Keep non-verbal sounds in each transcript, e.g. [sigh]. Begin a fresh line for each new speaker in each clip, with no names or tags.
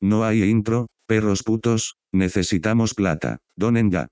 No hay intro, perros putos, necesitamos plata. Donen ya.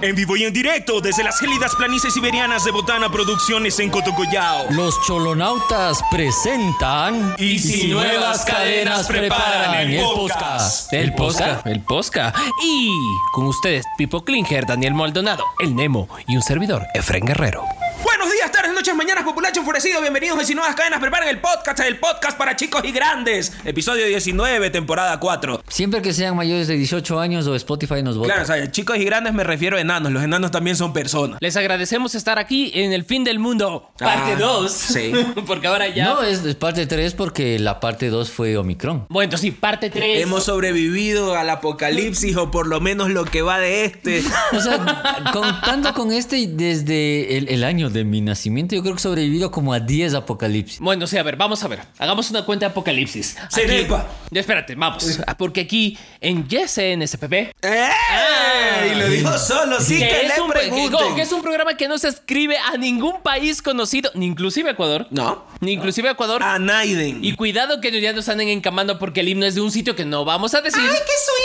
En vivo y en directo desde las gélidas planicies siberianas de Botana Producciones en Cotocollao.
Los cholonautas presentan.
Y si nuevas cadenas preparan el podcast.
El posca. El posca. Y con ustedes, Pipo Klinger, Daniel Maldonado, el Nemo y un servidor, Efren Guerrero.
Buenos días, tardes, noches, mañanas, populacho enfurecido. Bienvenidos a Si Nuevas Cadenas Preparan el podcast, el podcast para chicos y grandes. Episodio 19, temporada 4.
Siempre que sean mayores de 18 años o Spotify nos vota.
Claro, o sea, chicos y grandes me refiero a enanos. Los enanos también son personas.
Les agradecemos estar aquí en el fin del mundo, parte
Ah,
2.
sí.
[laughs]
eh.
Porque ahora ya.
No, es, es parte 3 porque la parte 2 fue Omicron.
Bueno, sí, parte 3.
Hemos sobrevivido al apocalipsis o por lo menos lo que va de
[laughs]
este.
O sea, contando con este y desde el, el año de mi nacimiento, yo creo que he sobrevivido como a 10 apocalipsis.
Bueno, sí, a ver, vamos a ver. Hagamos una cuenta de apocalipsis.
Se
Aquí-
ripa.
Ya, Espérate, vamos. Ah, Porque aquí en Yes en SPP.
¡Eh! Y lo dijo solo, sí que,
es
le
un, pro- Ah. que-
pregunten.
que es un programa que no se escribe a ningún país conocido, ni inclusive Ecuador.
No.
Ni inclusive Ecuador.
A Naiden.
Y cuidado que ya nos anden encamando porque el himno es de un sitio que no vamos a decir. ¡Ay,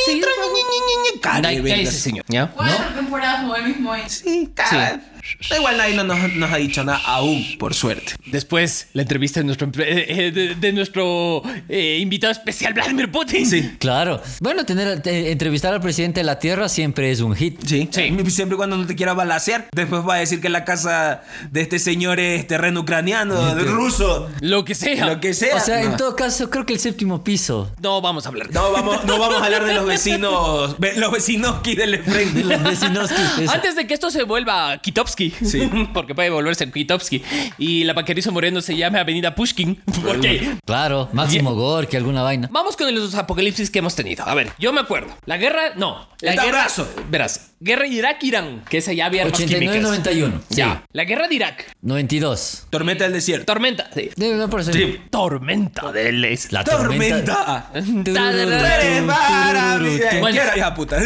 su intro, ñi, ñi, ñi, ñi. Calle,
Ay,
venga.
cállese, señor. ¿Ya?
Cuatro temporadas con el mismo intro.
Sí, cara. Da Igual nadie no nos, nos ha dicho nada aún, por suerte.
Después, la entrevista de nuestro, empre- eh, eh, de, de nuestro eh, invitado especial, Vladimir Putin.
Sí.
Claro. Bueno, tener te- entrevistar al presidente de la Tierra siempre es un hit.
Sí.
Sí.
Siempre y cuando no te quiera balasear, después va a decir que la casa de este señor es terreno ucraniano, ruso,
Lo que sea.
lo que sea.
O sea, en
No.
todo caso, creo que el séptimo piso.
No vamos a hablar.
No vamos, no vamos a hablar de los vecinos, ve- los vecinos que del
De
frente.
los vecinos
[laughs]
que- eso.
Antes de que esto se vuelva Kitovsky,
Sí.
[laughs] porque puede volverse Kitovsky, y la Paquerizo Moreno se llame Avenida Pushkin, porque
Claro, Máximo Gorki, alguna vaina.
vamos con los apocalipsis que hemos tenido. A ver, yo me acuerdo. La guerra, no. La
El
guerra,
tabrazo.
verás, guerra Irak-Irán, que esa ya había armas
89
químicas.
91. Sí.
Ya. La guerra de Irak.
92.
Tormenta del desierto.
Tormenta. sí.
Debe no por
Sí.
Tormenta de les.
La tormenta.
Tormenta.
[laughs] Tururú,
Tú eres maravilla.
Bueno.
¿Qué era, hija puta?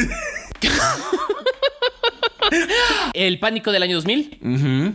El pánico del año 2000.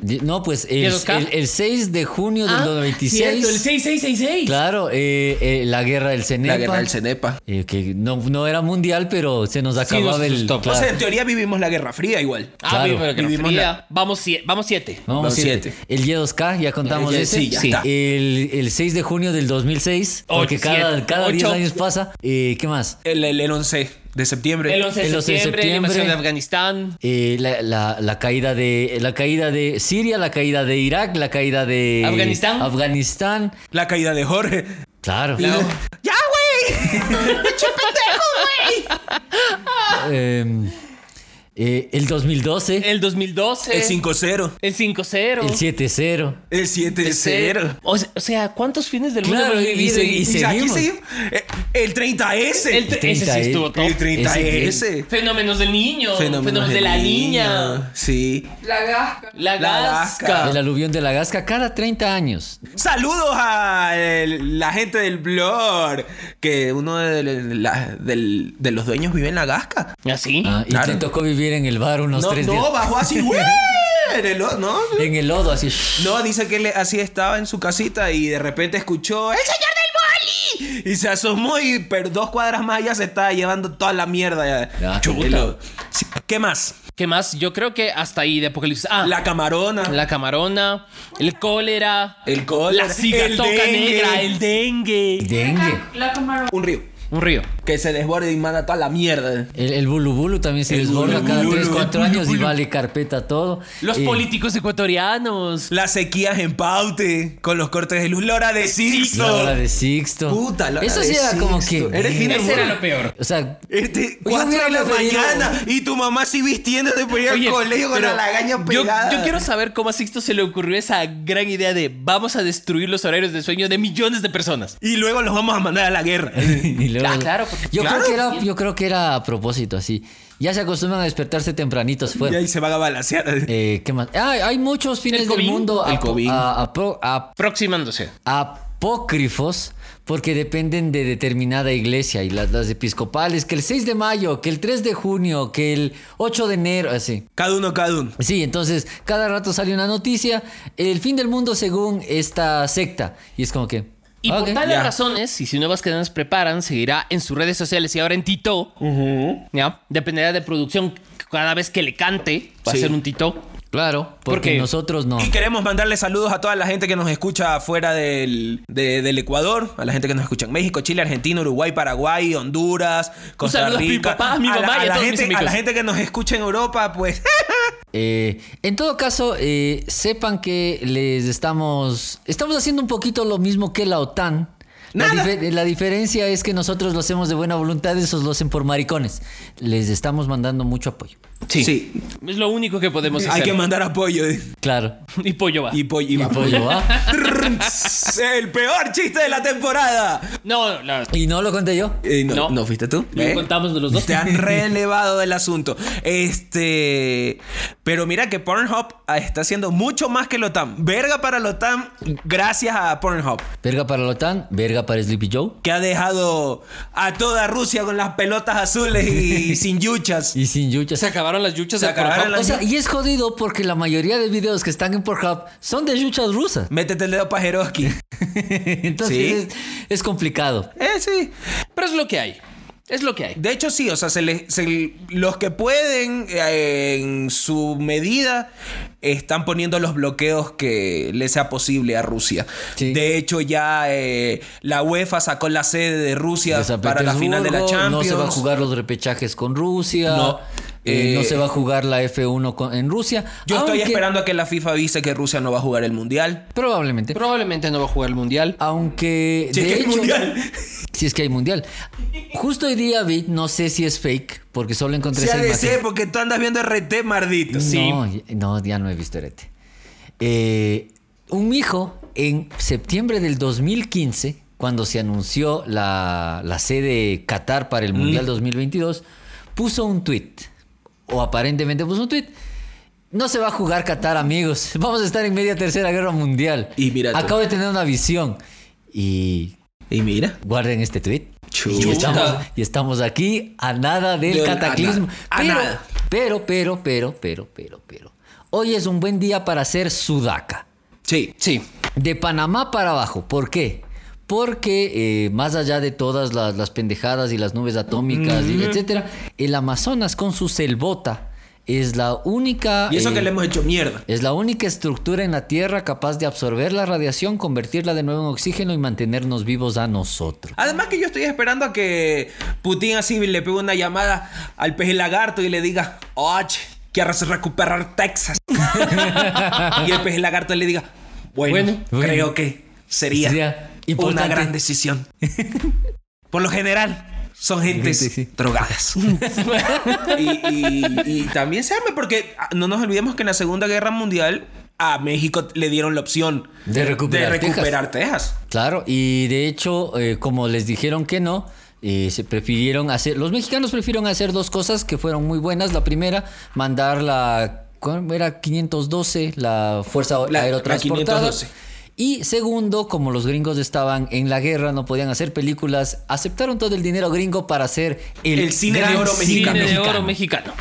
Di- No, pues el,
2K?
el- el 6 de junio del
Ah,
96.
cierto, el 6666.
Claro, eh, eh, la guerra del Cenepa.
La guerra del Cenepa.
eh, que no, no era mundial, pero se nos acababa
nos
el.
asustó.
O
claro.
sea, en teoría vivimos la Guerra Fría igual.
Ah,
Claro.
bien, pero que no
Vivimos
fría.
la-
Vamos, sie- vamos siete.
Vamos,
Vamos,
siete.
siete.
El Y2K, ya contamos
El Y-
ese.
sí, ya está.
El, el 6 de junio del 2006. Porque
Ocho,
cada,
siete,
cada 10
ocho.
años pasa. Eh, ¿Qué más?
El, el, el 11 de septiembre.
El 11 de
El 11 de
septiembre, la invasión de
septiembre.
Afganistán.
Eh, la, la- la caída de la caída de Siria, la caída de Irak, la caída de
Afganistán.
Afganistán.
La caída de Jorge.
Claro.
¡Ya, [laughs] güey!
Em, eh, el 2012, el,
El 2012.
El 5-0.
El 5-0.
7-0.
El 7-0.
O se- o sea, ¿cuántos fines del mundo
Claro,
hemos
y
vivido?
se- y
Y
se-
aquí
seguimos.
seguimos. Eh, El 30S.
El tre- ese sí
30,
estuvo
eh.
top.
El 30S.
Fenómenos del niño. Fenómenos, de
del
la
niño.
niña.
Sí.
La gasca.
La
La Ah.
gasca.
El aluvión de la Gasca cada 30 años.
Saludos a el- la gente del blog. Que uno de, la- del- de los dueños vive en la gasca.
¿Así?
Ah, y
Claro.
te tocó vivir en el bar unos
No,
tres días.
no bajó así. güey, en el o- no,
En el lodo, así.
No, dice que él así estaba en su casita y de repente escuchó ¡El señor del boli! Y se asomó y per dos cuadras más allá se estaba llevando toda la mierda.
Ah, chuta.
El lodo. Sí, ¿Qué más?
¿Qué más? Yo creo que hasta ahí de Apocalipsis. Ah, la,
La camarona,
camarona, el cólera,
el cólera,
la cigatoca
dengue,
negra, el dengue.
Dengue.
La camarón.
un río
Un río.
que se desborde y manda toda la mierda.
El, el bulu bulu también se
El
desborda
bulu
cada
bulu.
3, 4
El bulu
años y
bulu.
vale carpeta todo.
Los
Eh,
políticos ecuatorianos.
Las sequías en Paute con los cortes de luz. Lora de Sixto.
La hora de Sixto.
Puta, Lora
Eso
de
sí era como que.
Sixto. Eres fin del
Ese era
mundo.
lo peor.
O sea,
Este,
Oye,
cuatro
hubiera
de la
preferido-
mañana y tu mamá sí vistiéndote por ir al
Oye,
colegio con la
pero
lagaña
yo-
pegada.
Yo, quiero saber cómo a Sixto se le ocurrió esa gran idea de vamos a destruir los horarios de sueño de millones de personas.
Y luego los vamos a mandar a la
[laughs]
guerra.
y luego-
Ah, claro, porque-
yo,
claro.
Creo que era, yo creo que era a propósito, así. Ya se acostumbran a despertarse tempranitos
Y
fuera.
ahí se van a balasear.
Eh, ¿Qué más? Ah, hay muchos fines
El
del
COVID.
mundo
El
apo-
COVID.
a- apo- a-
Proximándose.
apócrifos porque dependen de determinada iglesia y las, las episcopales, que el 6 de mayo, que el 3 de junio, que el 8 de enero, así.
Cada uno, cada uno.
Sí, entonces cada rato sale una noticia, el fin del mundo según esta secta. Y es como que,
Y
Ok.
por tales
Ya.
razones, y si nuevas cadenas preparan, seguirá en sus redes sociales y ahora en Tito. ¿ya? Dependerá de producción cada vez que le cante. Va
Sí.
a ser un Tito.
Claro, porque
qué?
nosotros no.
Y queremos mandarle saludos a toda la gente que nos escucha afuera del, de- del Ecuador, a la gente que nos escucha en México, Chile, Argentina, Uruguay, Paraguay, Honduras, Costa
saludo a mi
Rica.
papá, a mi
la-
mamá y a
la
todos mis
gente, a la
amigos.
gente que nos escucha en Europa, pues.
Eh, en todo caso, eh, sepan que les estamos. Estamos haciendo un poquito lo mismo que la OTAN. La,
Nada.
dife- la diferencia es que nosotros lo hacemos de buena voluntad, esos lo hacen por maricones. Les estamos mandando mucho apoyo.
Sí.
Sí.
Es lo único que podemos
Hay
hacer.
que mandar apoyo.
Claro.
[laughs] y pollo va.
Y pollo. y va.
Apoyo, ¿ah?
[laughs] El peor chiste de la temporada.
No, no, no.
Y no lo conté yo.
Eh, no,
No.
no. fuiste tú?
Lo
¿Eh?
contamos de los dos.
Te
[laughs]
han relevado del asunto. Este. Pero mira que Pornhub ah, está haciendo mucho más que Lotam. Verga para Lotam, gracias a Pornhub.
Verga para la OTAN, verga para Sleepy Joe.
Que ha dejado a toda Rusia con las pelotas azules
[laughs]
y sin yuchas.
Y sin yuchas.
Se acabaron las yuchas
Se
de Pornhub.
acabaron
O sea, y es jodido porque la mayoría de videos que están en Pornhub son de yuchas rusas.
Métete el dedo pa' Jerovsky.
Entonces
Sí.
es, es complicado.
Eh, sí.
Pero es lo que hay. Es lo que hay.
De hecho, sí, o sea, se les- se- los que pueden, eh, en su medida, están poniendo los bloqueos que les sea posible a Rusia.
Sí.
De hecho, ya eh, la UEFA sacó la sede de Rusia
De San
para la final de la
Petersburgo,
Champions.
No se va a jugar los repechajes con Rusia.
No.
No.
Eh,
no se va a jugar la F1 con- en Rusia.
Yo estoy
aunque-
esperando a que la FIFA avise que Rusia no va a jugar el mundial.
Probablemente.
Probablemente no va a jugar el mundial.
Aunque.
Si es
de
que hay
hecho-
mundial.
Si es que hay mundial. Justo hoy día vi, no sé si es fake, porque solo encontré
Sea
esa
de
imagen.
ser, porque tú andas viendo RT, mardito.
No, ya- no, ya no he visto Arete. Eh, un hijo en septiembre del 2015, cuando se anunció la, la sede Qatar para
Mm.
el Mundial 2022, puso un tweet. O aparentemente puso un tweet. No se va a jugar Qatar, amigos. [laughs] Vamos a estar en media tercera guerra mundial.
Y mira tú.
Acabo de tener una visión. Y
Y mira.
guarden este tweet.
Chuta.
Y estamos, y estamos aquí a nada del
Del- a
cataclismo.
na- a
pero,
nada.
pero, pero, pero, pero, pero, pero. Hoy es un buen día para hacer sudaca.
Sí.
Sí.
De Panamá para abajo. ¿Por qué? Porque eh, más allá de todas las, las pendejadas y las nubes atómicas,
Mm.
y etcétera, el Amazonas con su selvota es la única.
Y eso
eh,
que le hemos hecho mierda.
es la única estructura en la Tierra capaz de absorber la radiación, convertirla de nuevo en oxígeno y mantenernos vivos a nosotros.
Además que yo estoy esperando a que Putin así le pegue una llamada al pez lagarto y le diga, oye, quieres recuperar Texas. [laughs] y el pez lagarto le diga, bueno,
Bueno, bueno.
creo que sería,
Sería
una
importante".
gran decisión. Por lo general. Son gentes
Gente, sí. [laughs]
drogadas. y, y- y también se arme, porque ah, no nos olvidemos que en la Segunda Guerra Mundial a México le dieron la opción
De recuperar
de
Texas.
recuperar Texas.
Claro, y de hecho, eh, como les dijeron que no, eh, se prefirieron hacer. Los mexicanos prefirieron hacer dos cosas que fueron muy buenas. La primera, mandar la. ¿Cuál era? 512, la fuerza
La- la
aerotransportada.
512.
Y segundo, como los gringos estaban en la guerra, no podían hacer películas, aceptaron todo el dinero gringo para hacer el,
El cine de
gran
oro
cine
mexicano.
Cine de
mexicano.
oro mexicano.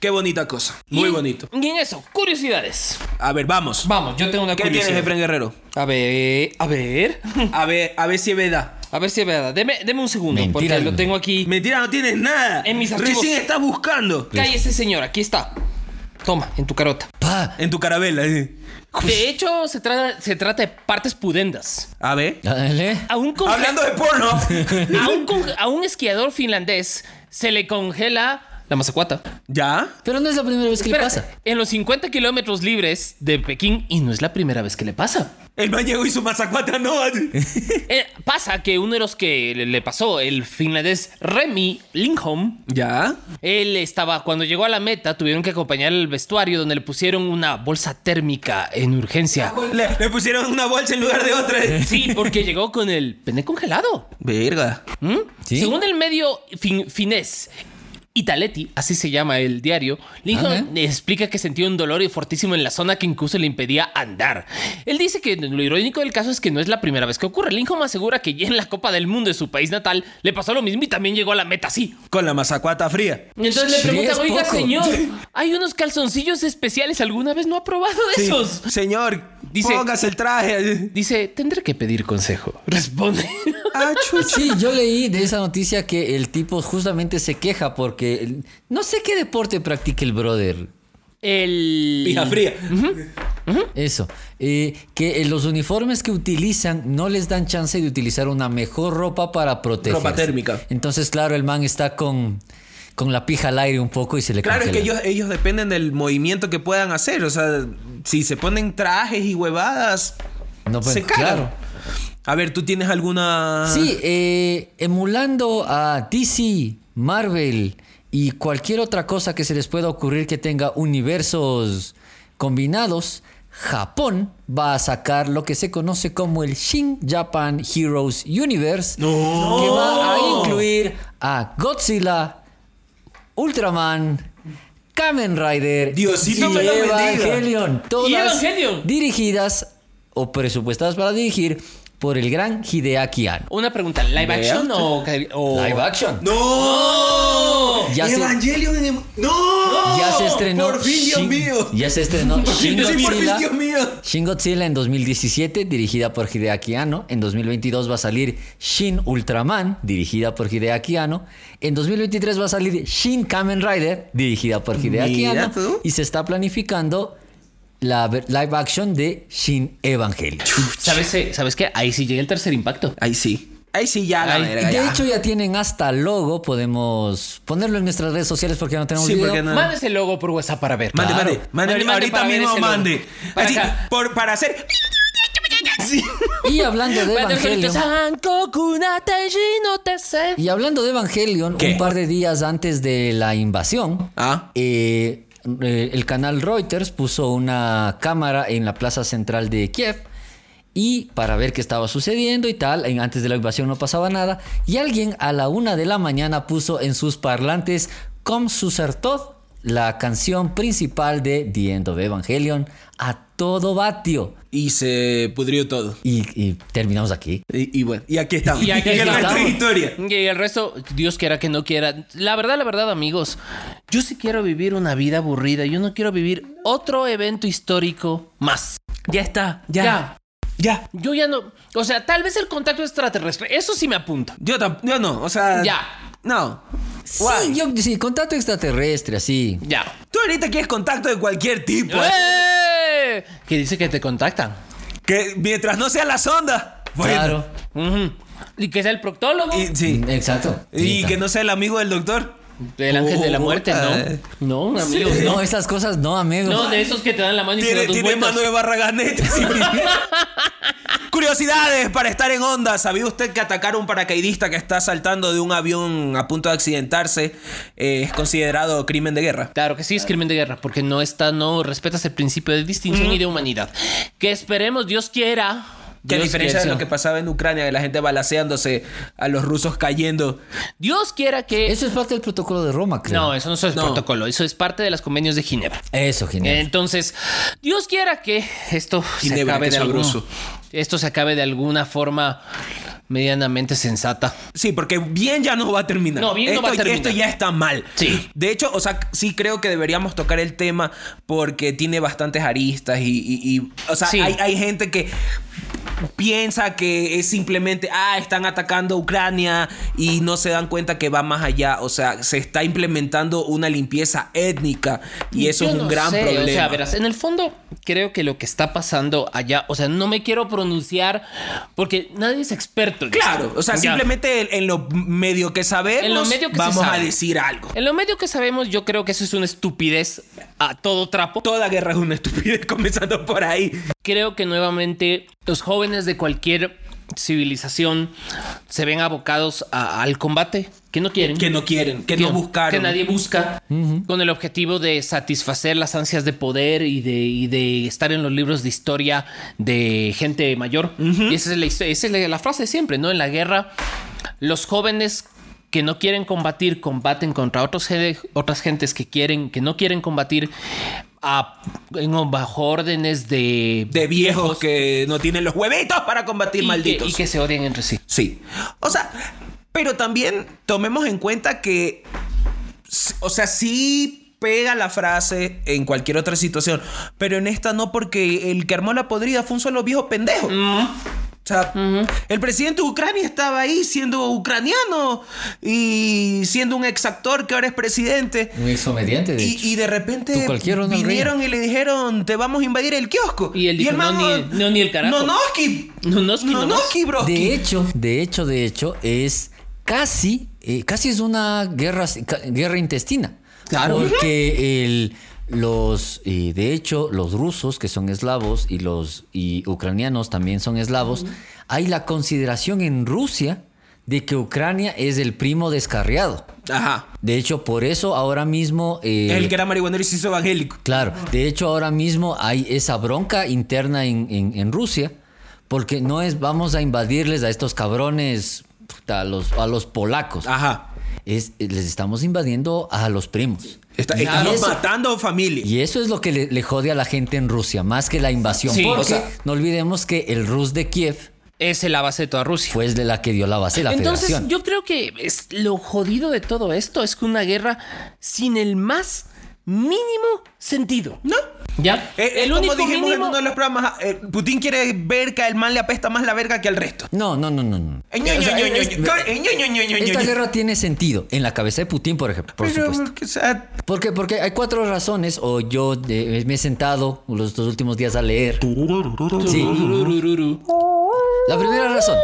Qué bonita cosa. Muy
Y-
bonito.
Y en eso, curiosidades.
A ver, vamos.
Vamos, yo tengo una
¿Qué
curiosidad.
tienes, Efren Guerrero?
A ver, a ver. [laughs]
A ver, a ver si es verdad.
A ver si es verdad. Deme, deme un segundo,
Mentira,
porque lo
no.
tengo aquí.
Mentira, no tienes nada.
En mis archivos.
Recién estás buscando.
Cállese, señor, aquí está. Toma, en tu carota.
Pa.
En tu carabela. eh.
Pues
De hecho, se, trata- se trata de partes pudendas.
A ver.
Dale.
A un, conge-
Hablando de porno.
[laughs] a un conge- a un esquiador finlandés se le congela la mazacuata.
¿Ya?
Pero no es la primera vez que le
Espérate,
pasa.
En los 50 kilómetros libres de Pekín, y no es la primera vez que le pasa.
El man llegó y su mazacuata no.
[laughs] Eh, pasa que uno de los que le- le pasó, el finlandés Remy Lindholm,
¿Ya?
él estaba, cuando llegó a la meta, tuvieron que acompañar al vestuario donde le pusieron una bolsa térmica en [laughs] urgencia.
Le, le pusieron una bolsa en lugar de otra.
Sí, porque llegó con el pene congelado.
Verga.
¿Mm?
Sí.
Según el medio fin- finés Italetti, así se llama el diario,
Ah,
Lincoln explica que sentía un dolor fortísimo en la zona que incluso le impedía andar. Él dice que lo irónico del caso es que no es la primera vez que ocurre. Lincoln asegura que ya en la Copa del Mundo de su país natal le pasó lo mismo y también llegó a la meta así.
Con la mazacuata fría.
Y Entonces le
Sí,
pregunta,
es
oiga
poco".
señor, ¿hay unos calzoncillos especiales? ¿Alguna vez no ha probado
Sí.
esos?
Señor,
Dice-
póngase el
[laughs]
traje.
Dice, tendré que pedir consejo.
[laughs]
Responde.
Ah, chucha.
Sí, yo leí de esa noticia que el tipo justamente se queja porque el- no sé qué deporte practica el brother.
El...
Pija fría.
Eso, eh, que los uniformes que utilizan no les dan chance de utilizar una mejor ropa para protegerse.
Ropa térmica.
Entonces, claro, el man está con, con la pija al aire un poco y se le
Claro, es que
congela.
ellos, ellos dependen del movimiento que puedan hacer. O sea, si se ponen trajes y huevadas,
No, bueno,
se cagan.
claro.
A ver, ¿tú tienes alguna...?
Sí, eh, emulando a DC, Marvel y cualquier otra cosa que se les pueda ocurrir que tenga universos combinados, Japón va a sacar lo que se conoce como el Shin Japan Heroes Universe, que va a incluir a Godzilla, Ultraman, Kamen Rider
Diosito
y
me lo bendiga.
Evangelion, todas
Evangelion.
dirigidas o presupuestadas para dirigir por el gran Hideaki Anno.
Una pregunta, ¿live action o, o-
Live action.
¡No!
Ya se-
¡Evangelion! en em- ¡No!
ya se estrenó.
¡Por fin, Dios
Shin-
mío!
Ya
[laughs]
se estrenó Shin
Sí, por fin,
Godzilla.
Dios mío!
Shin Godzilla en 2017, dirigida por Hideaki Anno. En 2022 va a salir Shin Ultraman, dirigida por Hideaki Anno. En 2023 va a salir Shin Kamen Rider, dirigida por Hideaki
Mira
Anno.
tú.
Y se está planificando la ver- live action de Shin Evangelion.
¿Sabes, eh, ¿Sabes qué? Ahí sí llega el tercer impacto.
Ahí sí. Ahí sí ya, la
Ay,
verga,
De
ya.
hecho ya tienen hasta logo, podemos ponerlo en nuestras redes sociales porque no tenemos
Sí,
video.
porque no-
Mande ese logo por WhatsApp para ver.
Mande,
Claro.
mande, mande,
Mande, mande
ahorita
para ver
mismo
ese logo.
mande.
Para
Así,
acá.
por- para hacer...
Y hablando de
Mande el solito,
Evangelion...
"San Goku na Tenji no te sé".
Y hablando de Evangelion,
¿Qué?
un par de días antes de la invasión,
Ah.
eh, eh, el canal Reuters puso una cámara en la plaza central de Kiev y para ver qué estaba sucediendo y tal, en- antes de la invasión no pasaba nada, y alguien a la una de la mañana puso en sus parlantes Com Susertov, la canción principal de The End of Evangelion, a todo vatio.
Y se pudrió todo.
Y, y terminamos aquí.
Y, y bueno, y aquí estamos.
Y
[laughs]
aquí
el resto
estamos.
es historia.
Y el resto, Dios quiera que no quiera. La verdad, la verdad, amigos, yo sí quiero vivir una vida aburrida. Yo no quiero vivir otro evento histórico más. Ya está, ya.
Ya.
Yo ya no. O sea, tal vez el contacto extraterrestre. Eso sí me apunta.
Yo, tam- yo no, o sea...
Ya.
No.
Sí, yo, sí, contacto extraterrestre, así.
Ya.
Tú ahorita quieres contacto de cualquier tipo.
¡Eh! Que dice que te contactan.
Que mientras no sea la sonda. Bueno.
Claro.
Ujú. Y que sea el proctólogo.
Y, sí.
Exacto.
Y
Sí,
que no sea el amigo del doctor.
El ángel de la muerte,
Puta.
¿no? No, amigos,
tam-
no.
No, esas cosas no, amigo.
No, de esos que te dan la mano y se
Tiene,
dan dos
tiene
vueltas.
mano de barraganete.
[laughs]
sí. Curiosidades para estar en onda. ¿Sabía usted que atacar a un paracaidista que está saltando de un avión a punto de accidentarse eh, es considerado crimen de guerra?
Claro que sí, es crimen de guerra, porque no está, no respetas el principio de distinción y de humanidad. Que esperemos, Dios quiera.
Que a
Dios
diferencia
quiera,
de lo
sí.
que pasaba en Ucrania, de la gente balaseándose, a los rusos cayendo.
Dios quiera que.
Eso es parte del protocolo de Roma, creo.
No, eso no es
No.
protocolo, eso es parte de los convenios de Ginebra.
Eso, genial.
Entonces, Dios quiera que esto
Ginebra,
se acabe
qué
de algún-
sabroso.
Esto se acabe de alguna forma medianamente sensata.
Sí, porque bien ya no va a terminar.
No, bien no
esto,
va a terminar.
Esto ya está mal.
Sí.
De hecho, o sea, sí creo que deberíamos tocar el tema porque tiene bastantes aristas y... y- y- o sea,
Sí.
hay, hay gente que piensa que es simplemente, ah, están atacando a Ucrania y no se dan cuenta que va más allá. O sea, se está implementando una limpieza étnica y eso
Yo
es un
no
gran
sé,
problema.
O sea, verás, en el fondo creo que lo que está pasando allá, o sea, no me quiero pronunciar porque nadie es experto. en
Claro,
esto.
o sea,
Ya.
simplemente en- en lo medio que sabemos,
En lo medio que se
vamos a
sabe.
decir algo.
En lo medio que sabemos, yo creo que eso es una estupidez a todo trapo.
Toda guerra es una estupidez, [laughs] comenzando por ahí.
Creo que nuevamente los jóvenes de cualquier civilización se ven abocados a- al combate que no quieren.
que no quieren, que no buscaron.
Que nadie busca. Con el objetivo de satisfacer las ansias de poder y de, y de estar en los libros de historia de gente mayor. Y esa es, la, histo- esa es la, la frase de siempre, ¿no? En la guerra, los jóvenes que no quieren combatir combaten contra otros gene- otras gentes que quieren que no quieren combatir a- en- bajo órdenes de
De viejos que no tienen los huevitos para combatir
y que-
malditos.
y que se odian entre sí.
Sí. O sea, pero también tomemos en cuenta que, s- o sea, sí pega la frase en cualquier otra situación, pero en esta no porque el que armó la podrida fue un solo viejo pendejo.
Mm.
O sea,
Mm-hmm.
el presidente de Ucrania estaba ahí siendo ucraniano y siendo un exactor que ahora es presidente.
Un exomediante, de
Y,
hecho.
y de repente
Tú cualquiera no
vinieron y le dijeron, te vamos a invadir el kiosco.
Y él dijo, "No, ni- no, ni el carajo".
No, Noski.
No, Noski,
No,
nomás.
Noski, bro.
De hecho, de hecho, de hecho, es casi, eh, casi es una guerra, ca- guerra intestina.
Claro.
Porque el, los, eh, de hecho, los rusos que son eslavos y los y ucranianos también son eslavos, hay la consideración en Rusia de que Ucrania es el primo descarriado.
Ajá.
De hecho, por eso ahora mismo... eh,
Es el que era marihuanero y se hizo evangélico.
Claro, de hecho ahora mismo hay esa bronca interna en, en- en Rusia, porque no es vamos a invadirles a estos cabrones, puta, a los, a los polacos,
Ajá.
es, eh, les estamos invadiendo a los primos.
Está,
y,
estamos
eso,
matando familia.
y eso es lo que le, le jode a la gente en Rusia, más que la invasión,
Sí, o
porque
sea-
no olvidemos que el Rus de Kiev
Esa es la base de toda Rusia.
fue de la que dio la base, la
Entonces,
federación.
yo creo que es lo jodido de todo esto es que una guerra sin el más mínimo sentido.
¿No?
¿Ya?
Eh, eh, como dijimos en uno de los programas, eh, Putin quiere ver que al mal le apesta más la verga que al resto.
No, no, no, no, no.
Eh, ño,
O
ño,
sea,
ño,
es-
ño, ño, eh, ño, ño, ño, ño,
Esta
ño.
guerra tiene sentido en la cabeza de Putin, por ejemplo, por
Pero,
supuesto.
o sea,
¿Por qué? Porque hay cuatro razones, o yo eh, me he sentado los dos últimos días a leer. Sí.
Turururururu.
La primera razón,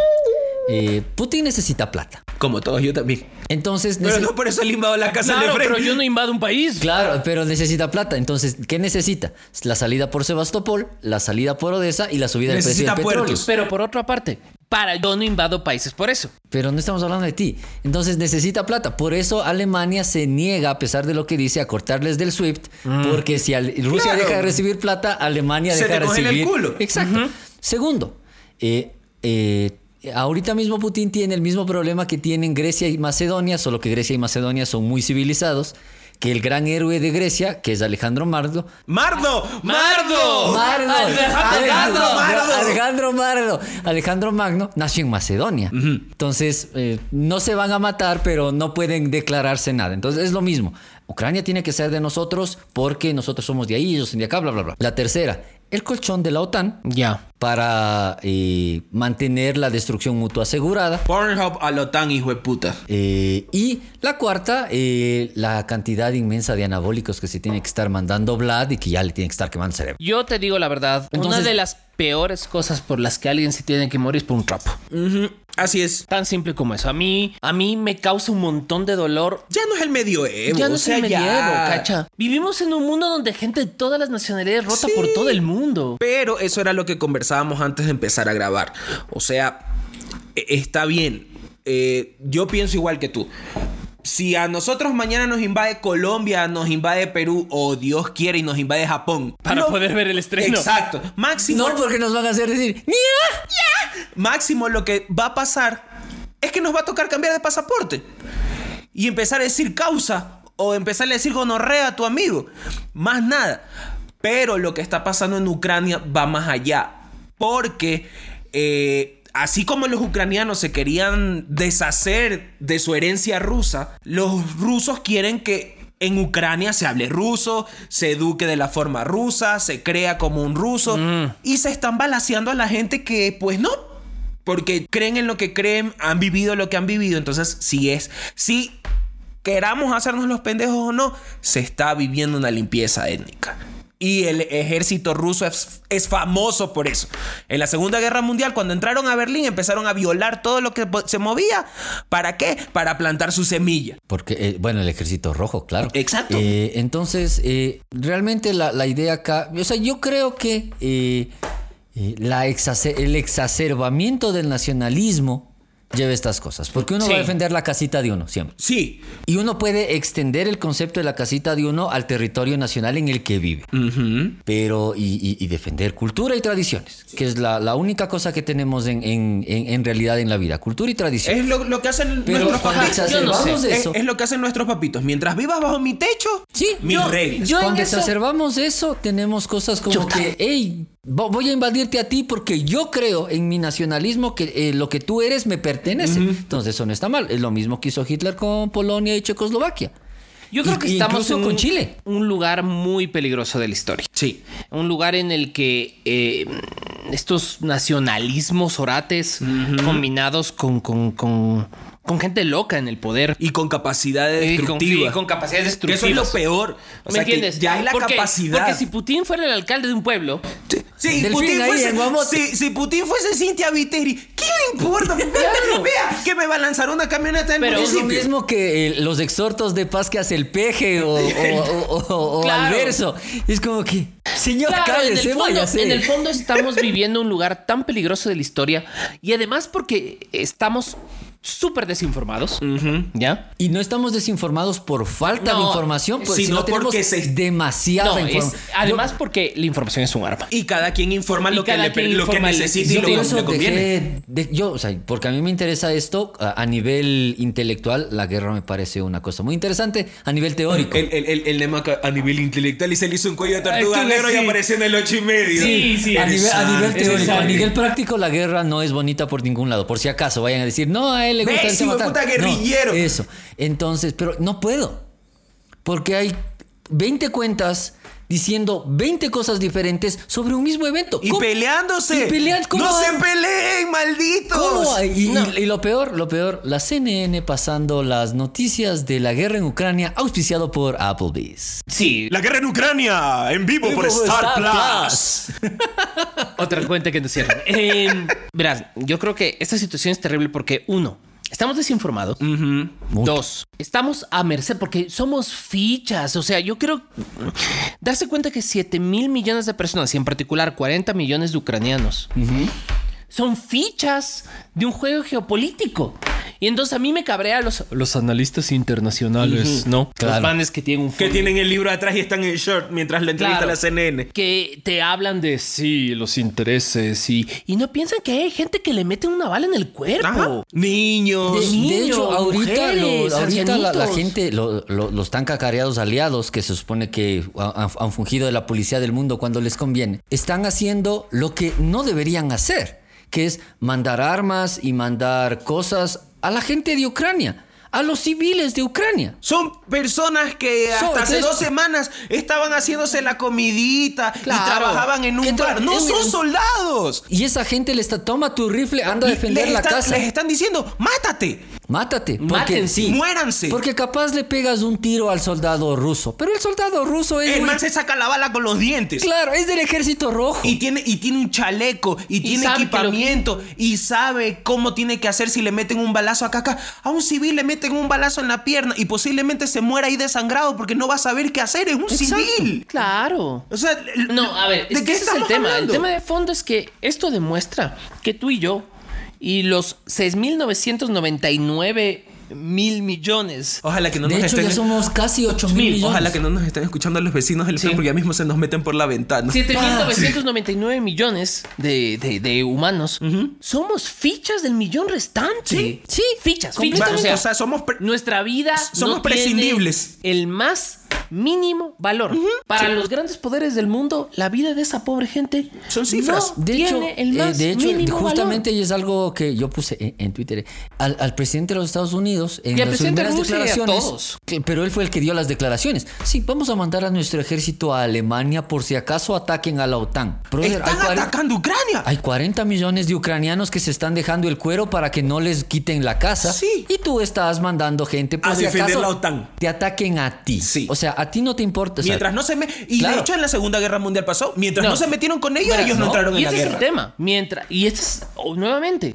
eh, Putin necesita plata.
como todos, yo también.
Entonces,
Pero
nece-
no por eso le invado la casa
Claro,
de
pero
frente.
yo no invado un país.
claro, pero necesita plata. Entonces, ¿qué necesita? La salida por Sebastopol, la salida por Odessa y la subida del precio
Necesita
del petróleo.
puertos.
Pero por otra parte, para yo no invado países por eso.
Pero no estamos hablando de ti. Entonces necesita plata. Por eso Alemania se niega, a pesar de lo que dice, a cortarles del SWIFT. Porque si al- Rusia
Mm. Claro.
deja de recibir plata, Alemania
Se
deja de
te congela el
recibir.
culo.
Exacto. Segundo, eh, eh, ahorita mismo Putin tiene el mismo problema que tienen Grecia y Macedonia, solo que Grecia y Macedonia son muy civilizados. Que el gran héroe de Grecia, que es Alejandro Mardo,
¡Mardo!
¡Mardo!
¡Mardo!
Mardo.
[laughs] Alejandro
Alejandro
Mardo.
Mardo. Alejandro Mardo. Alejandro Magno nació en Macedonia. Entonces, eh, no se van a matar, pero no pueden declararse nada. Entonces, es lo mismo. Ucrania tiene que ser de nosotros porque nosotros somos de ahí, ellos son de acá, bla, bla, bla. La tercera, el colchón de la OTAN
Ya.
para eh, mantener la destrucción mutua asegurada.
Pornhub a la OTAN, hijo de puta.
Eh, y la cuarta, eh, la cantidad inmensa de anabólicos que se tiene que estar mandando Vlad y que ya le tiene que estar quemando el cerebro.
Yo te digo la verdad,
Entonces-
una de las peores cosas por las que alguien se tiene que morir es por un trapo.
Ujú, Así es.
Tan simple como eso. A mí, a mí me causa un montón de dolor.
Ya no es el medioevo.
ya no
Eh, o
es
sea,
el medievo,
ya.
cacha. Vivimos en un mundo donde gente de todas las nacionalidades rota
Sí.
por todo el mundo.
Pero eso era lo que conversábamos antes de empezar a grabar. O sea, e- está bien. Eh, yo pienso igual que tú. Si a nosotros mañana nos invade Colombia, nos invade Perú o Dios quiere y nos invade Japón.
Para
no-
poder ver el estreno. [laughs]
Exacto. Máximo,
No, porque nos van a hacer decir, "Ni
máximo lo que va a pasar es que nos va a tocar cambiar de pasaporte. Y empezar a decir causa o empezar a decir gonorrea a tu amigo. Más nada. Pero lo que está pasando en Ucrania va más allá. Porque eh, así como los ucranianos se querían deshacer de su herencia rusa, los rusos quieren que en Ucrania se hable ruso, se eduque de la forma rusa, se crea como un ruso. Y se están balaseando a la gente que pues no. Porque creen en lo que creen, han vivido lo que han vivido. Entonces, si es, si queramos hacernos los pendejos o no, se está viviendo una limpieza étnica. Y el ejército ruso es, es famoso por eso. En la Segunda Guerra Mundial, cuando entraron a Berlín, empezaron a violar todo lo que po- se movía. ¿Para qué? Para plantar su semilla.
Porque, eh, bueno, el ejército rojo, claro.
Exacto.
Eh, entonces, eh, realmente la, la idea acá, o sea, yo creo que eh, eh, la exace- el exacerbamiento del nacionalismo
lleve estas cosas. Porque uno
Sí.
va a defender la casita de uno siempre.
Sí.
Y uno puede extender el concepto de la casita de uno al territorio nacional en el que vive. Pero, y, y- y defender cultura y tradiciones, que es la, la única cosa que tenemos en, en- en- en realidad en la vida, cultura y tradición.
Es lo, lo que hacen
Pero
nuestros
cuando
papitos.
Yo no
exacerbamos
sé.
Es,
eso,
es lo que hacen nuestros papitos. Mientras vivas bajo mi techo,
Sí,
mis
yo-
reglas.
yo- en
cuando
eso-
exacerbamos eso, tenemos cosas como
Chuta.
que, hey, voy a invadirte a ti porque yo creo en mi nacionalismo que eh, lo que tú eres me pertenece. Entonces eso no está mal. Es lo mismo que hizo Hitler con Polonia y Checoslovaquia.
Yo creo
Y-
que
y
estamos
incluso
en
con
un-
Chile.
un lugar muy peligroso de la historia.
Sí.
Un lugar en el que eh, estos nacionalismos orates combinados con, con, con- con gente loca en el poder.
Y con capacidades
Y con-
destructivas.
y con capacidades
Que eso es lo
destructivas.
peor. O
¿Me
sea, que
entiendes?
Ya es la
Porque-
capacidad.
Porque si Putin fuera el alcalde de un pueblo,
Sí,
Delfín
Putin
ahí
fuese,
en Guamote.
si, si Putin fuese Cintia Viteri, ¿qué le importa? Vea, vea que me va a lanzar una camioneta del
Pero
Es lo
municipio.
mismo que eh, los exhortos de paz que hace el peje o, o, o- o- o
Claro.
Alverso. Es como que, señor,
Claro, en,
cállese,
el fondo,
váyase.
en el fondo estamos viviendo un lugar tan peligroso de la historia y además porque estamos súper desinformados, ¿ya?
Y no estamos desinformados por falta de
No,
información, pues,
sino
sino, tenemos
porque se-
demasiada
No, es-
información.
además porque la información es un arma.
Y cada quien informa
Y
lo que,
cada
le,
quien
lo que
informa el-
necesita
sí,
y
yo
lo
por
que
eso
le conviene.
dejé de- yo, o sea, porque a mí me interesa esto a, a nivel intelectual, la guerra me parece una cosa muy interesante a nivel teórico.
El, el, el, el Nema ca- a nivel intelectual y se le hizo un cuello de tortuga
Tortuga,
negro y
sí.
apareció en el ocho y medio.
Sí, sí.
a, nivel, a nivel
Interesante.
teórico, a
interesante.
nivel práctico la guerra no es bonita por ningún lado. Por si acaso vayan a decir, no, a él le gusta
¿Ves,
irse a
hijo de
matar".
puta guerrillero?
No, eso. Entonces, pero no puedo. Porque hay 20 cuentas diciendo 20 cosas diferentes sobre un mismo evento.
Y
¿Cómo-
peleándose.
Y pelean, ¿cómo
no
va-
se peleen, malditos.
¿Cómo? Y, y- y lo peor, lo peor, la CNN pasando las noticias de la guerra en Ucrania auspiciado por Applebee's.
Sí,
La guerra en Ucrania, en vivo por
Vivo por
Star,
Star
Plus.
otra cuenta que nos [laughs] cierran. Eh, verás, yo creo que esta situación es terrible porque uno, estamos desinformados. Dos, estamos a merced porque somos fichas. O sea, yo quiero darse cuenta que 7 mil millones de personas y en particular 40 millones de ucranianos son fichas de un juego geopolítico. Y entonces a mí me cabrea los, los analistas internacionales, ¿no? Los
Claro.
manes que tienen un
Que
fondo.
tienen el libro atrás y están en short mientras la entrevista
Claro.
a la CNN.
que te hablan de sí, los intereses y, y no piensan que hay gente que le mete una bala en el cuerpo.
Ajá. Niños.
De, de
niños,
hecho, ahorita, lo-
mujeres,
ahorita la, la
ancianitos.
gente, lo- lo- los tan cacareados aliados que se supone que ha- han, han fungido de la policía del mundo cuando les conviene, están haciendo lo que no deberían hacer, que es mandar armas y mandar cosas a la gente de Ucrania, a los civiles de Ucrania.
Son personas que
Son,
hasta hace
entonces-
dos semanas estaban haciéndose la comidita y
Claro.
trabajaban en
¿Qué
un
tra-
bar. No
en-
son soldados.
Y esa gente le está, toma tu rifle, anda a defender
les,
la
están,
casa.
les están diciendo, mátate,
Mátate. Porque,
Maten, sí.
muéranse.
Porque capaz le pegas un tiro al soldado ruso. Pero el soldado ruso es.
el
muy-
man se saca la bala con los dientes.
Claro, es del ejército rojo.
Y tiene, y tiene un chaleco, y, tiene
sabe que lo-
equipamiento, y sabe cómo tiene que hacer si le meten un balazo acá, acá. A un civil le meten un balazo en la pierna y posiblemente se muera ahí desangrado porque no va a saber qué hacer, es un
Exacto.
civil.
Claro.
O sea, l-
No, a ver,
¿de
es que
qué
ese es el
estamos
tema. El
hablando?
tema de fondo es que esto demuestra que tú y yo y los 6.999 mil millones.
Ojalá que no
de
nos
hecho,
estén-
ya somos casi 8 mil millones.
Ojalá que no nos estén escuchando los vecinos del
Sí.
sur porque ya mismo se nos meten por la ventana.
7.999 millones de, de- de humanos. Somos fichas del millón restante.
Sí, sí,
Fichas, fichas.
Vamos,
O
completamente.
sea,
o sea, somos pre-
nuestra vida
somos
no tiene
prescindibles.
el más mínimo valor. Para los grandes poderes del mundo, la vida de esa pobre gente
Son cifras.
no
De
tiene
hecho,
el
eh,
más
de hecho,
mínimo
justamente
valor.
y es algo que yo puse en, en Twitter. eh, Al, al presidente de los Estados Unidos, en
Y
las
al presidente
primeras
Rusia y a
declaraciones,
todos.
que- pero él fue el que dio las declaraciones. Sí, vamos a mandar a nuestro ejército a Alemania por si acaso ataquen a la OTAN. Brother, hay
Están
cuare-
atacando Ucrania.
Hay 40 millones de ucranianos que se están dejando el cuero para que no les quiten la casa.
Sí.
Y tú estás mandando gente por
A
si
Ah, defender
acaso
la OTAN.
Te ataquen a ti.
Sí.
O sea, a ti no te importa. o sea,
Mientras no se me y de
Claro.
hecho en la Segunda Guerra Mundial pasó, mientras no, se metieron con ellos,
Verás,
ellos no, entraron
y
en la
ese
guerra.
es el tema. Mientras, y este es, oh, nuevamente,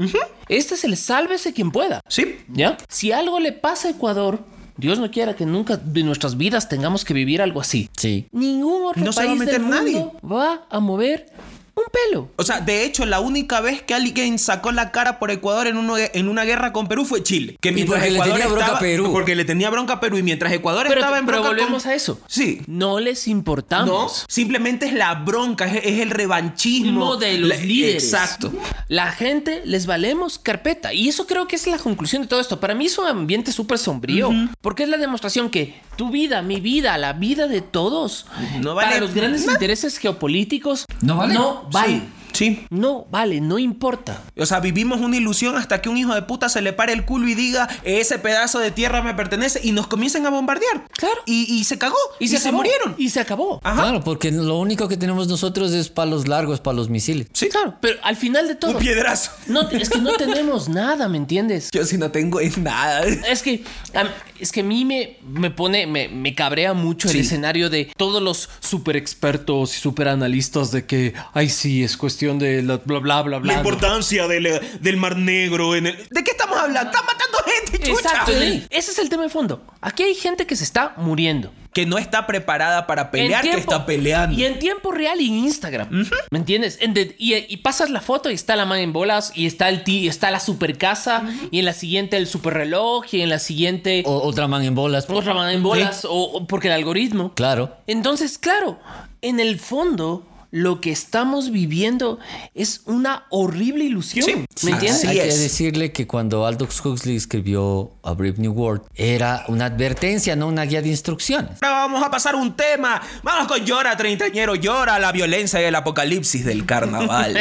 este es el sálvese quien pueda.
Sí.
¿Ya? Si algo le pasa a Ecuador, Dios no quiera que nunca de nuestras vidas tengamos que vivir algo así.
Sí.
Ningún otro
No se va a
país
meter
del mundo
nadie.
va a mover Un pelo.
O sea, de hecho, la única vez que alguien sacó la cara por Ecuador en, uno- en una guerra con Perú fue Chile. Que mientras
porque le
Ecuador
tenía bronca a
estaba,
Perú.
Porque le tenía bronca a Perú y mientras Ecuador
Pero,
estaba en
pero
bronca con-
volvemos a eso.
Sí.
No les
No,
importamos.
simplemente es la bronca, es, es el revanchismo.
Uno de los
La-
líderes.
Exacto.
La gente les valemos carpeta. Y eso creo que es la conclusión de todo esto. Para mí es un ambiente súper sombrío. Porque es la demostración que tu vida, mi vida, la vida de todos,
No
para
vale
los grandes
nada.
intereses geopolíticos,
No vale.
No vale.
Sí.
No vale, no importa.
O sea, vivimos una ilusión hasta que un hijo de puta se le pare el culo y diga, ese pedazo de tierra me pertenece, y nos comiencen a bombardear.
Claro.
Y, y se cagó. Y, se,
acabó.
murieron.
Y se acabó.
Ajá.
Claro, porque lo único que tenemos nosotros es palos largos para los misiles.
Sí.
Claro, pero al final de
Un
todo.
piedrazo.
No, te- es que no tenemos nada, ¿me entiendes?
Yo si no tengo es nada.
Es que, am, es que a mí me, me pone, me, me cabrea mucho
Sí.
el escenario de todos los super expertos y super analistas de que, ay, sí, es cuestión de la- bla, bla, bla, bla.
La
no".
importancia del, del Mar Negro en el... ¿De qué estamos hablando? ¡Están matando gente, chucha!
Exacto, Nelly. ese es el tema de fondo. Aquí hay gente que se está muriendo.
Que no está preparada para pelear,
En
que
tiempo-
está peleando.
Y en tiempo real y en Instagram. ¿Me entiendes? En de- y, y pasas la foto y está la man en bolas y está el ti, y está la super casa y en la siguiente el super reloj y en la siguiente
O otra man en bolas.
otra man en bolas o, o porque el algoritmo.
Claro.
Entonces, claro, en el fondo lo que estamos viviendo es una horrible ilusión.
Sí,
¿Me
sí,
entiendes?
sí.
Hay que
es.
decirle que cuando Aldous Huxley escribió A Brave New World, era una advertencia, no una guía de instrucciones.
Ahora vamos a pasar un tema. Vamos con llora, treintañero. Llora la violencia y el apocalipsis del
[laughs]
carnaval.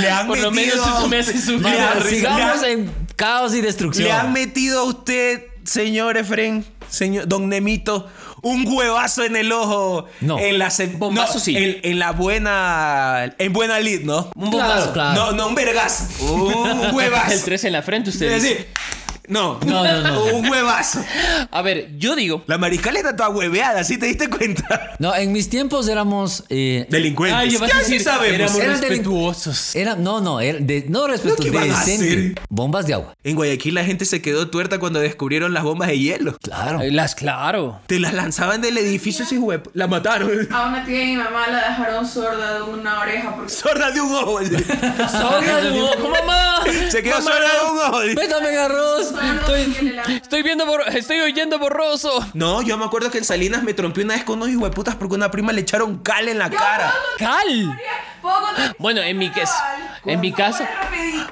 le han
Por lo
metido-
menos eso me hace subir
le han-
la risa.
le han-
Sigamos en caos y destrucción.
Le han metido a usted, señor Efren, señor Don Nemito, un huevazo en el ojo.
No.
En la se-
Bombazo
no,
sí.
En, en la buena. En buena lid, ¿no?
Un
Claro,
bombazo.
claro.
No, no, un vergazo. [laughs] Un huevazo.
El 3 en la frente,
Es
ustedes.
decir, no.
No, no, no.
Un huevazo.
A ver, yo digo.
La mariscal está toda hueveada, ¿sí te diste cuenta?
No, en mis tiempos éramos. eh,
Delincuentes.
Ay, vas a
Ya
decir,
sí sabemos.
Éramos
Eran delincu-
respetuosos.
era- no, no, era de- no respeto,
¿Qué van a
decente.
hacer?
Bombas de agua.
En Guayaquil la gente se quedó tuerta cuando descubrieron las bombas de hielo.
Claro.
Las, claro.
Te las lanzaban del edificio sin huevo. La mataron.
A una tía de mi mamá la dejaron sorda de una oreja
[laughs]
[laughs]
porque
Sorda de un ojo.
Sorda de
[laughs]
un ojo, mamá.
Se quedó Pues,
Mamá,
sorda de un ojo.
Métame arroz.
Estoy...
Estoy viendo, bor- estoy oyendo borroso.
No, yo me acuerdo que en Salinas me trompé una vez con unos hijueputas porque una prima le echaron cal en la cara.
Cal. Bueno, en mi caso, en mi caso,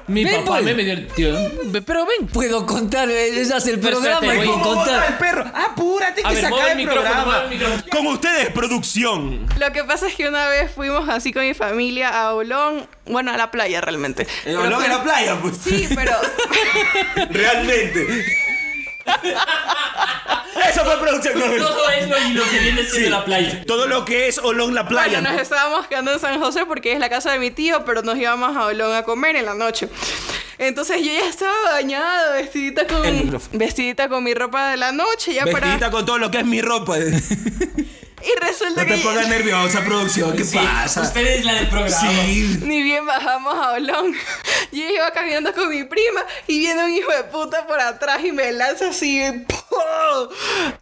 mi
Ven,
papá
pues.
me metió. tío, ve- Pero ven.
Puedo contar, eh, es hacer el
Pero
programa
espérate,
y
güey.
con
¿Cómo bota el
contar.
perro? Apúrate
A
que
ver,
se acaba
mueve el
el
micrófono,
programa.
mueve el micrófono.
Con ustedes, producción.
Lo que pasa es que una vez fuimos así con mi familia a Olón, bueno, a la playa realmente.
El
Pero
olor
fue-
en Eh, la playa, pues. [laughs]
Sí, pero
Realmente. Eso fue producción. No.
es lo, que viene siendo
Sí. Todo lo que es olón la playa. pues.
bueno, nos estábamos quedando en San José porque es la casa de mi tío, pero nos íbamos a Olón a comer en la noche. Entonces yo ya estaba bañada, vestidita
El
con
micrófono.
vestidita con mi ropa de la noche ya
Vestidita
para
con todo lo que es mi ropa. No
y resulta
te
que
pongas nerviosa, producción. ¿Qué pasa? Usted es la del programa. [laughs] Sí.
Ni bien bajamos a Olón. [laughs] Yo iba caminando con mi prima y viene un hijo de puta por atrás y me lanza así. ¡pum!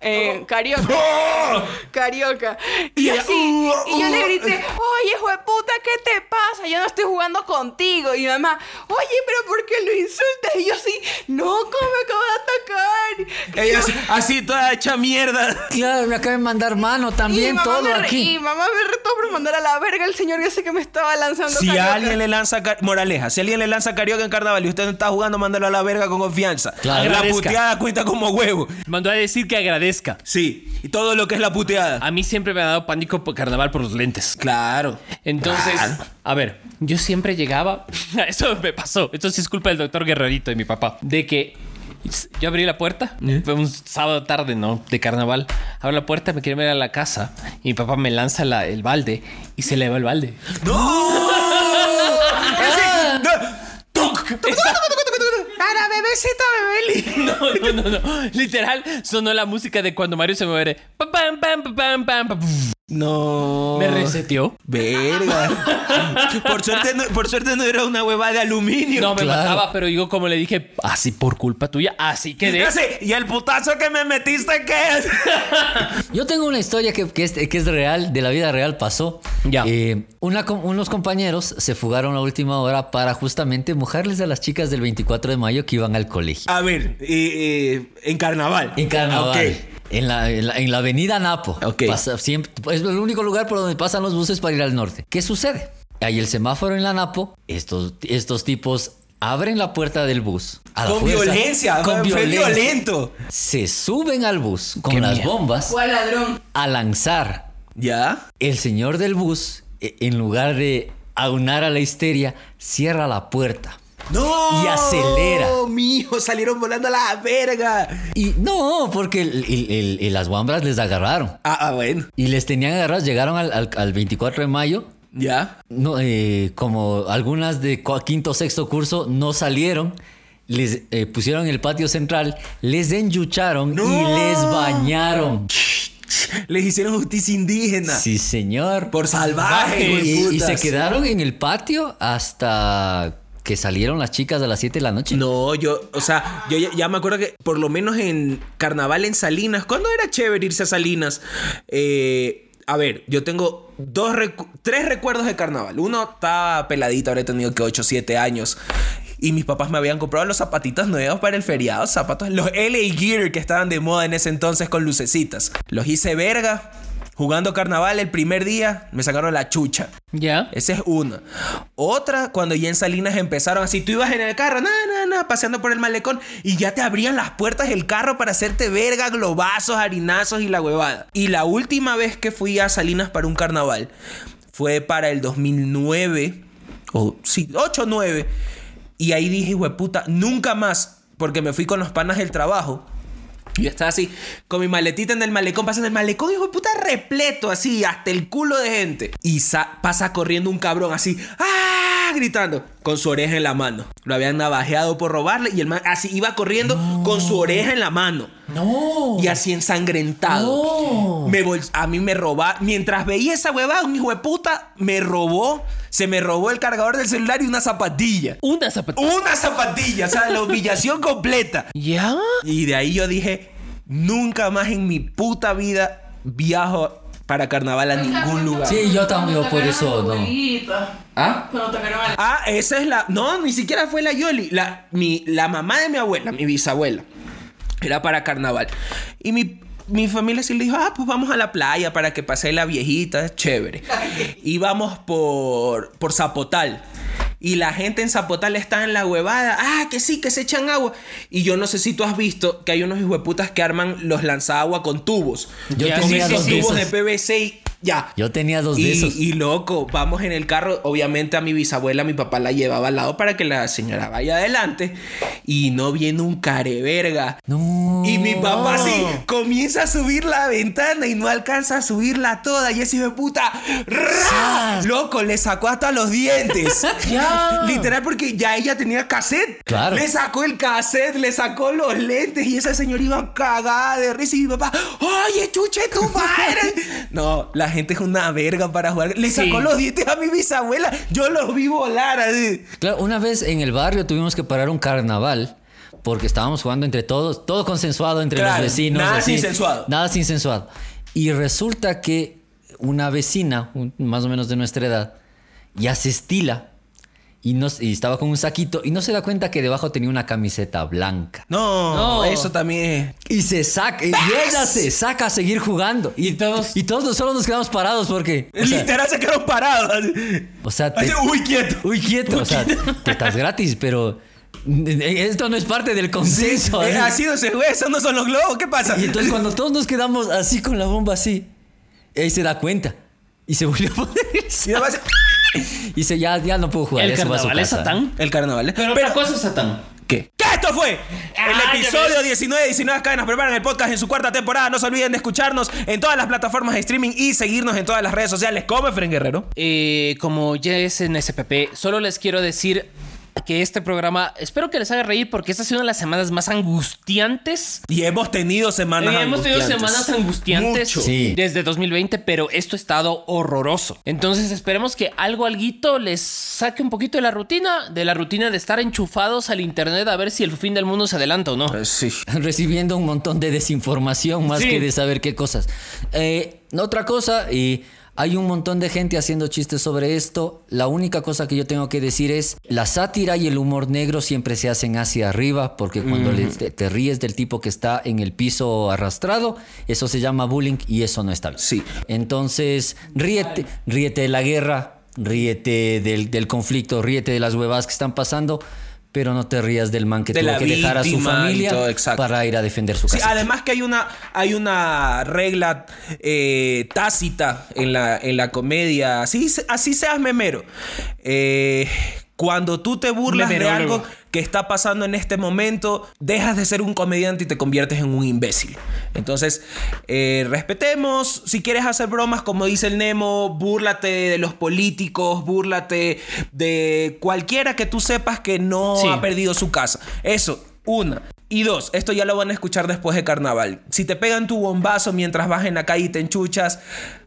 Eh,
[laughs]
carioca,
¡Oh!
carioca. Y
ella,
así.
"Uh,
Y yo le
uh".
grité, oye, hijo de puta, ¿qué te pasa? Yo no estoy jugando contigo. Y mi mamá, oye, pero ¿por qué lo insultas? Y yo así, no, ¿cómo me acabo de atacar? Y
Ella
yo-
así- así toda hecha mierda.
Claro, me acaban de mandar mano
y mi
también,
mamá
todo
me re- Y
aquí.
mi mamá me retó por mandar a la verga el señor que sé que me estaba lanzando
Si
carioca.
alguien le lanza car- moraleja, si alguien le lanza carioca en carnaval y usted no está jugando, mándalo a la verga con confianza.
Claro.
La
Agradezca.
puteada cuenta como huevo.
Mandó a decir que agradezca.
Sí, y todo lo que es la puteada.
A mí siempre me ha dado pánico por carnaval por los lentes.
Claro.
Entonces, a ver, yo siempre llegaba, [laughs] eso me pasó, esto sí es culpa del doctor Guerrerito y mi papá, de que yo abrí la puerta, fue un sábado tarde, ¿no? De carnaval, abro la puerta, me quiero ir a la casa y mi papá me lanza la- el balde y se le va el balde. [laughs]
¡No! Así, ¡No! ¡Tuc!
¡Cara, bebecita, bebeli! No, no, no, no, literal, sonó la música de cuando Mario se muere. Pam, pam, pam, pam, pam, pam.
No.
Me reseteó.
Verga. por, suerte no, por suerte no era una hueva de aluminio.
No, me
Claro.
mataba, pero digo, como le dije, así por culpa tuya, así quedé.
Ya sé, ¿Y el putazo que me metiste qué es?
Yo tengo una historia que, que es, que es real, de la vida real pasó.
Ya.
Eh, una com- unos compañeros se fugaron a última hora para justamente mojarles a las chicas del 24 de mayo que iban al colegio.
A ver, eh, eh, en carnaval.
En carnaval.
Ok.
En, la, en la- en la avenida Napo.
Ok.
Pasa siempre- es el único lugar por donde pasan los buses para ir al norte. ¿Qué sucede? Hay el semáforo en la Napo. Estos, estos tipos abren la puerta del bus. a la
Con
fuerza,
violencia,
con
fue
violencia.
violento.
Se suben al bus con
Qué
las
miedo.
bombas
¿Cuál ladrón?
a lanzar
¿Ya?
el señor del bus, e- en lugar de aunar a la histeria, cierra la puerta.
¡No!
Y acelera.
mijo! Salieron volando a la verga.
Y no, porque el- el- el- el- las guambras les agarraron.
Ah, ah, bueno.
Y les tenían agarrados, llegaron al, al- al 24 de mayo.
¿Ya?
No, eh, como algunas de cua- quinto o sexto curso no salieron, les eh, pusieron en el patio central, les enyucharon
¡No!
y les bañaron.
Les hicieron justicia indígena.
Sí, señor.
Por salvaje,
Y- y, se
putas.
quedaron en el patio hasta que salieron las chicas a las 7 de la noche.
No, yo, o sea, yo ya, ya me acuerdo que por lo menos en carnaval en Salinas, ¿cuándo era chévere irse a Salinas? Eh, a ver, yo tengo dos recu- tres recuerdos de carnaval. Uno estaba peladito, habré tenido que 8, 7 años. Y mis papás me habían comprado los zapatitos nuevos para el feriado, zapatos, los LA Gear que estaban de moda en ese entonces con lucecitas. Los hice verga. Jugando carnaval el primer día, me sacaron la chucha.
Ya.
Esa es una. Otra, cuando ya en Salinas empezaron así, tú ibas en el carro, na, na, na, paseando por el malecón y ya te abrían las puertas del carro para hacerte verga, globazos, harinazos y la huevada. Y la última vez que fui a Salinas para un carnaval fue para el 2009, o sí, 8 9. Y ahí dije, hueputa, nunca más, porque me fui con los panas del trabajo. Yo estaba así, con mi maletita en el malecón, pasando el malecón, hijo de puta, repleto, así, hasta el culo de gente. Y sa- pasa corriendo un cabrón así, ¡ah! gritando, con su oreja en la mano. Lo habían navajeado por robarle y el man así iba corriendo con su oreja en la mano.
No.
Y así ensangrentado. Me vol- a mí me robaba. Mientras veía esa huevada, un hijo de puta me robó. Se me robó el cargador del celular y una zapatilla.
Una zapatilla.
Una zapatilla, o sea, la humillación completa.
[laughs] Ya.
Y de ahí yo dije, nunca más en mi puta vida viajo para carnaval a ningún lugar.
Sí, yo también, por eso, no.
¿Ah?
Cuando tocaron a la
Ah, esa es la... No, ni siquiera fue la Yoli. La, mi, la mamá de mi abuela, mi bisabuela. Era para carnaval. Y mi, mi familia sí le dijo, ah, pues vamos a la playa para que pase la viejita, es chévere. Íbamos por, por Zapotal. Y la gente en Zapotal está en la huevada. Ah, que sí, que se echan agua. Y yo no sé si tú has visto que hay unos hijueputas que arman los lanzagua con tubos.
Yo
Con
tenía
esos
dos de
tubos de
esos.
PVC y ya.
Yo tenía dos de
Y,
esos.
y loco, vamos en el carro. Obviamente a mi bisabuela, mi papá la llevaba al lado para que la señora vaya adelante. Y no viene un careverga.
No.
Y mi papá sí comienza a subir la ventana y no alcanza a subirla toda. Y ese hijo de puta, ¡ra!
¡Sas!
loco, le sacó hasta los
[laughs]
dientes. Literal, porque ya ella tenía cassette.
Claro.
Le sacó el cassette, le sacó los lentes y esa señora iba cagada de risa. Y mi papá, oye, chuche
[laughs]
tu madre. no, la gente es una verga para jugar. Le
Sí.
sacó los dientes a mi bisabuela. Yo los vi volar así.
Claro, una vez en el barrio tuvimos que parar un carnaval porque estábamos jugando entre todos, todo consensuado entre
Claro,
los vecinos.
nada
así,
sin sensuado.
Nada sin sensuado. Y resulta que una vecina, un- más o menos de nuestra edad, ya se estila y, nos, y estaba con un saquito y no se da cuenta que debajo tenía una camiseta blanca.
No,
No.
eso también
Y se saca, y ella se saca a seguir jugando. Y,
Y todos-
y todos nosotros nos quedamos parados porque... o
es.
sea,
Literal se quedaron parados. así.
o sea, te-
Así, uy, quieto.
Uy, quieto, o sea, tetas gratis, pero esto no es parte del consenso.
Eh, así
así.
no se juega, esos no son los globos, ¿qué pasa? [laughs]
Y entonces cuando todos nos quedamos así con la bomba así, él se da cuenta y se volvió a poner el
Y
saco.
además,
Y dice, ya, ya no puedo jugar.
El
ya se va a su
carnaval es
casa.
Satán.
el carnaval.
Pero, otra cosa es Satán.
¿Qué? ¿Qué esto fue? El
Ah, ya
episodio 19 de 19 cadenas preparan el podcast en su cuarta temporada. No se olviden de escucharnos en todas las plataformas de streaming y seguirnos en todas las redes sociales. Come, Fren Guerrero.
Eh, como ya es en SPP, solo les quiero decir que este programa espero que les haga reír porque esta ha sido una de las semanas más angustiantes.
Y hemos tenido semanas
Eh, hemos tenido
angustiantes.
semanas angustiantes
Mucho.
Sí.
desde 2020, pero esto ha estado horroroso. Entonces esperemos que algo, alguito les saque un poquito de la rutina, de la rutina de estar enchufados al internet a ver si el fin del mundo se adelanta o no.
Eh, Sí.
[laughs] recibiendo un montón de desinformación más
Sí.
que de saber qué cosas. Eh, otra cosa, y hay un montón de gente haciendo chistes sobre esto. La única cosa que yo tengo que decir es, la sátira y el humor negro siempre se hacen hacia arriba, porque cuando le- te, te ríes del tipo que está en el piso arrastrado, eso se llama bullying y eso no está bien.
Sí.
Entonces, ríete, ríete de la guerra, ríete del, del conflicto, ríete de las huevadas que están pasando. Pero no te rías del man que
De
tuvo
la
que dejar a su
víctima y
familia
todo, exacto.
para ir a defender su
Sí,
casa.
además que hay una, hay una regla eh, tácita en la, en la comedia. Así, se- así seas memero. Eh, cuando tú te burlas de
Memerólogo.
algo que está pasando en este momento, dejas de ser un comediante y te conviertes en un imbécil. Entonces, eh, respetemos. Si quieres hacer bromas, como dice el Nemo, búrlate de los políticos, búrlate de cualquiera que tú sepas que no
Sí.
ha perdido perdido su casa. Eso, una. Y dos, esto ya lo van a escuchar después de carnaval. Si te pegan tu bombazo mientras vas en la calle y te enchuchas,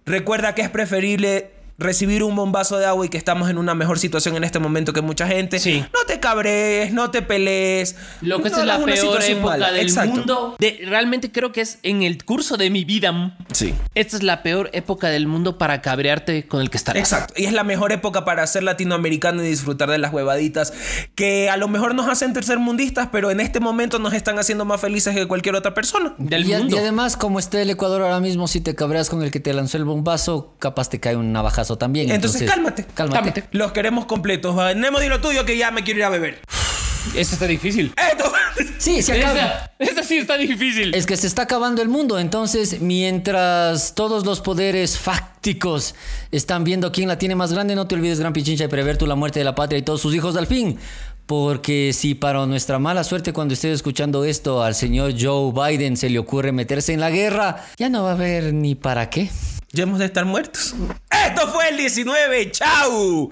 recuerda que es preferible recibir un bombazo de agua y que estamos en una mejor situación en este momento que mucha gente.
Sí.
No te cabrees, no te pelees.
Lo que
Pues no
esta es la
hagas una
peor
situación
época
mala.
del
Exacto.
mundo. De- realmente creo que es en el curso de mi vida.
Sí.
Esta es la peor época del mundo para cabrearte con el que estarás.
Exacto. Y es la mejor época para ser latinoamericano y disfrutar de las huevaditas que a lo mejor nos hacen tercermundistas, pero en este momento nos están haciendo más felices que cualquier otra persona.
Del
y, a-
mundo.
y además, como está el Ecuador ahora mismo, si te cabreas con el que te lanzó el bombazo, capaz te cae un navajazo también.
Entonces, cálmate.
Cálmate.
Los queremos completos. Va, Nemo, di lo tuyo que ya me quiero ir a beber.
Esta está difícil.
Esto.
Sí, se acaba.
Esta, esta sí está difícil.
Es que se está acabando el mundo, entonces mientras todos los poderes fácticos están viendo quién la tiene más grande, no te olvides, gran pichincha, de prever tú la muerte de la patria y todos sus hijos al fin. Porque si para nuestra mala suerte cuando estés escuchando esto al señor Joe Biden se le ocurre meterse en la guerra, ya no va a haber ni para qué.
Ya hemos de estar muertos. Esto fue el 19. ¡Chau!